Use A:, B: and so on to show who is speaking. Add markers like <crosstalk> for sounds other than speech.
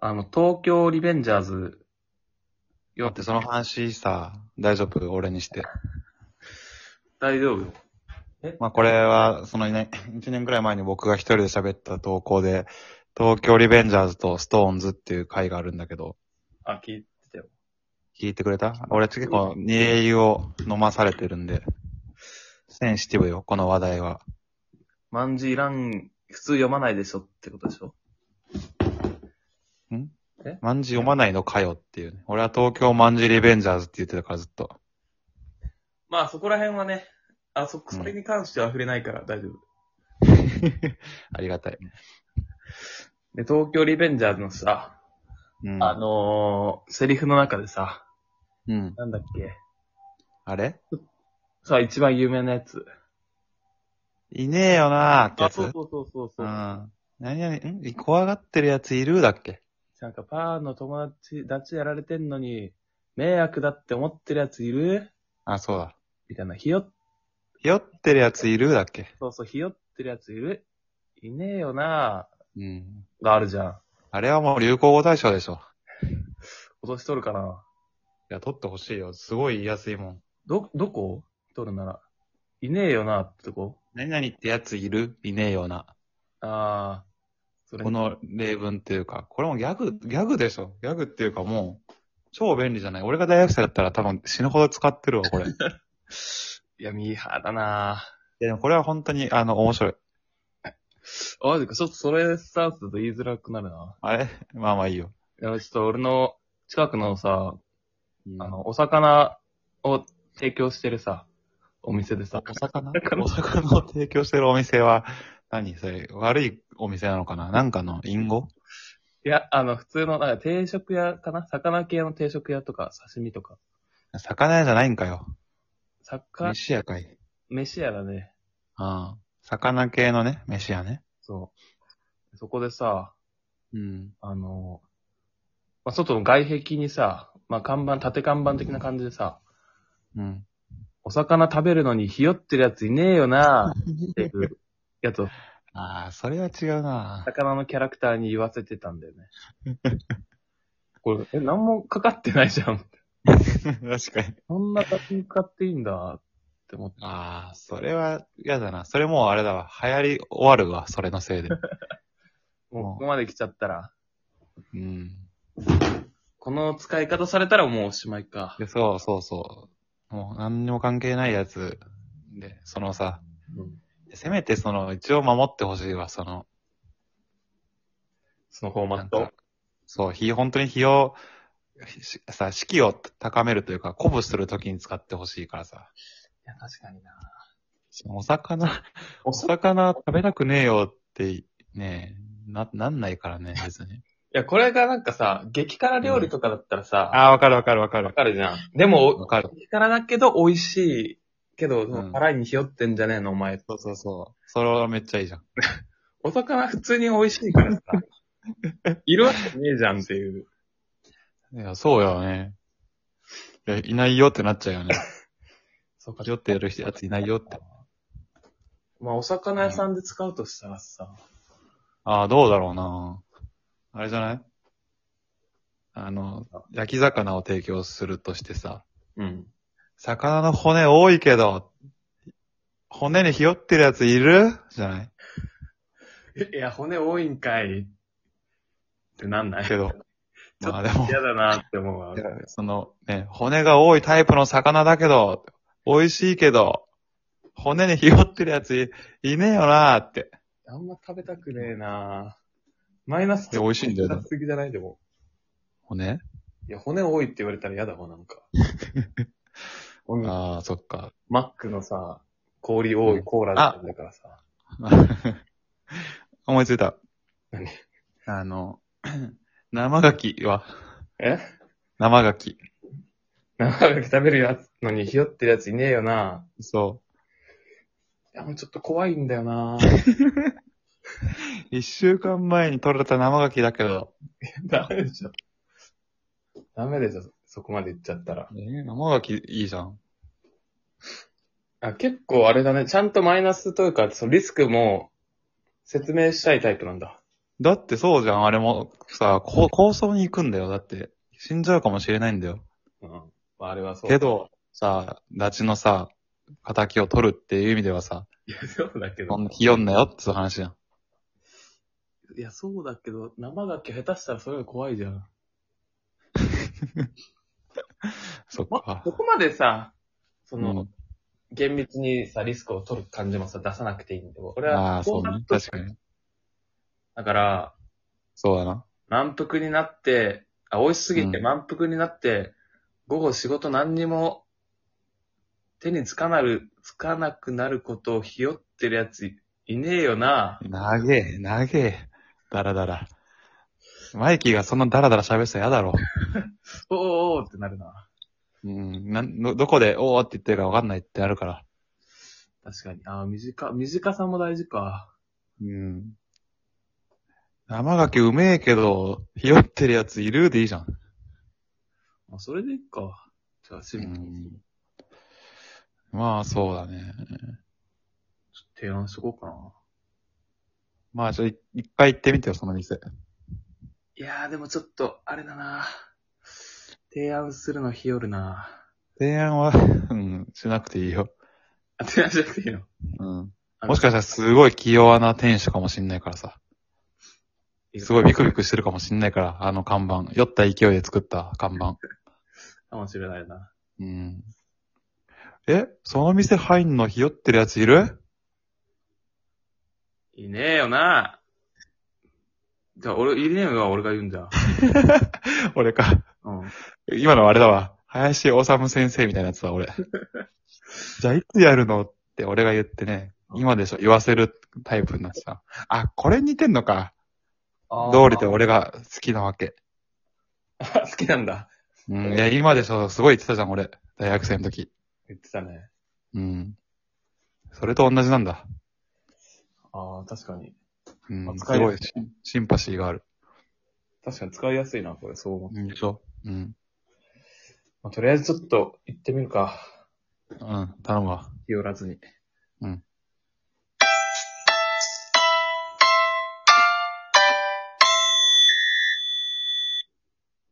A: あの、東京リベンジャーズ、
B: よってその話さ、大丈夫俺にして。
A: 大丈夫よ。
B: まあこれは、そのね、1年くらい前に僕が一人で喋った投稿で、東京リベンジャーズとストーンズっていう回があるんだけど、
A: あ、聞いてたよ。
B: 聞いてくれた俺結構、英雄を飲まされてるんで、センシティブよ、この話題は。
A: マンジーラン、普通読まないでしょってことでしょ
B: 万字読まないのかよっていうね。俺は東京万字リベンジャーズって言ってたからずっ
A: <laughs>
B: と。
A: まあ、そこら辺はね、あ、そ、
B: うん
A: それに関しては触れないから大丈夫。
B: ありがたい。
A: で、東京リベンジャーズのさ、
B: うん。
A: あのー、セリフの中でさ、
B: うん。
A: なんだっけ。
B: あれ
A: さあ、一番有名なやつ。
B: いねえよなーってや
A: あ、
B: つ
A: そうそうそうそうそうう。
B: ん。何々、ん怖がってるやついるだっけ
A: なんか、パーの友達、ダチやられてんのに、迷惑だって思ってるやついる
B: あ、そうだ。
A: みたいな、ひよっ、
B: ひよってるやついるだっけ
A: そうそう、ひよってるやついるいねえよな
B: うん。
A: ぁ、があるじゃん。
B: あれはもう流行語大賞でしょ。
A: 今年取るかない
B: や、取ってほしいよ。すごい言いやすいもん。
A: ど、どこ取るなら。いねえよなってとこ
B: 何々ってやついるいねえような。
A: ああ、それ
B: この例文っていうか、これもギャグ、ギャグでしょ。ギャグっていうかもう、超便利じゃない。俺が大学生だったら多分死ぬほど使ってるわ、これ。 <laughs> い
A: いや、ミーハーだな
B: や、でもこれは本当に、あの、面白い。
A: ぁ。あ、マジか、ちょっとそれスタンスだと言いづらくなるな
B: あれまあまあいいよ。
A: いや、ちょっと俺の近くのさ、あ
B: あの、
A: の、お魚を提供してるさ、お店でさ、
B: お魚お魚を提供してるお店は、何それ、悪いお店なのかななんかの隠語
A: いや、あの、普通の、なんか定食屋かな魚系の定食屋とか、刺身とか。
B: 魚屋じゃないんかよ。
A: 魚、
B: 飯屋かい。
A: 飯屋だね。
B: うん。魚系のね、飯屋ね。
A: そう。そこでさ、
B: うん。
A: あの、まあ、外の外壁にさ、まあ、看板、縦看板的な感じでさ、
B: うん。
A: お魚食べるのにひよってるやついねえよなっていうやつを、
B: ああ、それは違うな。
A: 魚のキャラクターに言わせてたんだよね。これ、え、何もかかってないじゃん。
B: <laughs> 確かに。
A: そんな立ち使っていいんだって思って。
B: ああ、それは嫌だな。それもうあれだわ。流行り終わるわ、それの <laughs> せいで。
A: もうここまで来ちゃったら、
B: うん。
A: この使い方されたらもうおしまいか。
B: でそうそうそう。もう何にも関係ないやつで、そのさ、
A: うん
B: せめてその、一応守ってほしいわ、その、
A: そのフォーマ
B: な
A: ッ
B: ん
A: ト
B: か。、そう、日、本当に日を、しさ、士気を高めるというか、鼓舞するときに使ってほしいからさ。
A: いや、確かにな。
B: お魚、
A: お
B: お
A: 魚い
B: 魚食べたくねえよって、ねえ、な、なんないから <laughs> ね、別に。
A: や、これがなんかさ、激辛料理とかだったらさ、
B: ああ、わかるわかるわか
A: わ
B: る。
A: かるじゃん。でも
B: わ、かる。
A: 激辛だけど美味しい。けど、
B: ん
A: 辛いにひよってんじゃねえの、お前。
B: そうそうそう。それはめっちゃいいじゃん。
A: お魚普通に美味しいから
B: <laughs>
A: さ、いるわけねえじゃんっていう。
B: いや、そうよね。いや、いないよってなっちゃうよね。
A: そうか
B: よってやる人やついないよって。
A: まあ、お魚屋さんで使うとしたらさ、
B: ああ、どうだろうな。あれじゃないあの、焼き魚を提供するとしてさ、
A: うん。
B: 魚の骨多いけど、骨にひよってるやついるじゃない
A: いや、骨多いんかい。ってなんない <laughs>
B: けど。
A: ちょっと
B: まあでも、
A: 嫌だなって思うわ。
B: そのね、骨が多いタイプの魚だけど、美味しいけど、骨にひよってるやついいねえよなーって。
A: あんま食べたくねえなマイナス
B: いや美味しいんだよな
A: マイナスすぎじゃないでも。
B: 骨
A: いや、骨多いって言われたら嫌だわ、なんか。俺
B: ああ、そっか。
A: マックのさ、氷多
B: う
A: い
B: ん
A: コーラだったんだからさ。
B: <laughs> 思いついた。
A: 何
B: あの、 <clears throat> 生ガキは、
A: え
B: 生ガキ。
A: 生ガキ食べるやつのにひよってるやついねえよな。
B: そ
A: いや、もうちょっと怖いんだよ
B: <laughs>
A: な
B: う。一週間前に取れた生ガキだけど、
A: ダメでしょ。ダメでしょ、そこまで行っちゃったら。
B: えー生ガキいいじゃん。
A: あ、結構あれだね、ちゃんとマイナスというか、そのリスクも説明したいタイプなんだ。
B: だってそうじゃん、あれもさ、こ構想に行くんだよ。だって、死んじゃうかもしれないんだよ。
A: うん。あれはそう。
B: けど、さ、拉致のさ、仇を取るっていう意味ではさ、
A: そうだけど
B: そん。なひよんなよっていう話じゃん。
A: いや、そうだけど、生ガキ下手したらそれが怖いじゃん。
B: そっ
A: ま
B: か。
A: ここまでさ、その、
B: うん
A: 厳密にさ、リスクを取る感じもさ、出さなくていいんで、俺
B: あ
A: は
B: あ、そうね。
A: と
B: 確かに。
A: だから、
B: そうだな。
A: 満腹になって、あ、美味しすぎて
B: うん
A: 満腹になって、午後仕事何にも手につかなる、つかなくなることをひよってるやついいねえよな。
B: なげえ、なげえ。だらだら。マイキーがそんなだらだら喋ってたら嫌だろ。
A: おーおーおーってなるな。
B: うん。なんど、どこで、おーって言ってるかわかんないってあるから。
A: 確かに。あー、短、短さも大事か。
B: うん。生ガキうめえけど、ひよってるやついるでいいじゃん。
A: まあ、それでいいか。じゃあ、シンプルに
B: うんまあ、そうだね。
A: ちょっと提案しとこうかな。
B: まあ、ちょ、い一回行ってみてよ、その店。
A: いやー、でもちょっと、あれだな。提案するのひよるな。
B: 提案は、 <laughs> うん、しなくていいよ。
A: あ、提案しなくていいの
B: うん。
A: あの
B: もしかしたらすごい器用な店主かもしんないからさ。すごいビクビクしてるかもしんないから、あの看板。酔った勢いで作った看板。
A: かもしれないな。
B: うん。え、その店入んのひよってるやついる
A: いねえよな。じゃあ、俺、いねえよは俺が言うんだ。
B: 俺か。
A: うん。
B: 今のあれだわ。林修先生みたいなやつだ、 <laughs> 俺。じゃあ、いつやるのって俺が言ってね、今でしょ、言わせるタイプになってた。あ、これ似てんのか。道理で俺が好きなわけ。
A: <laughs> 好きなんだ。
B: うん。いや、今でしょ、すごい言ってたじゃん、俺。大学生の時。
A: 言ってたね。
B: うん。それと同じなんだ。
A: ああ、確かに。
B: うん。す
A: 使いや
B: ご
A: す
B: いシン、シンパシーがある。
A: 確かに使いやすいな、これ、そう思って。
B: うん、そう。うん。
A: まあ、とりあえずちょっと行ってみるか。
B: うん、頼むわ。
A: 寄らずに。
B: うん。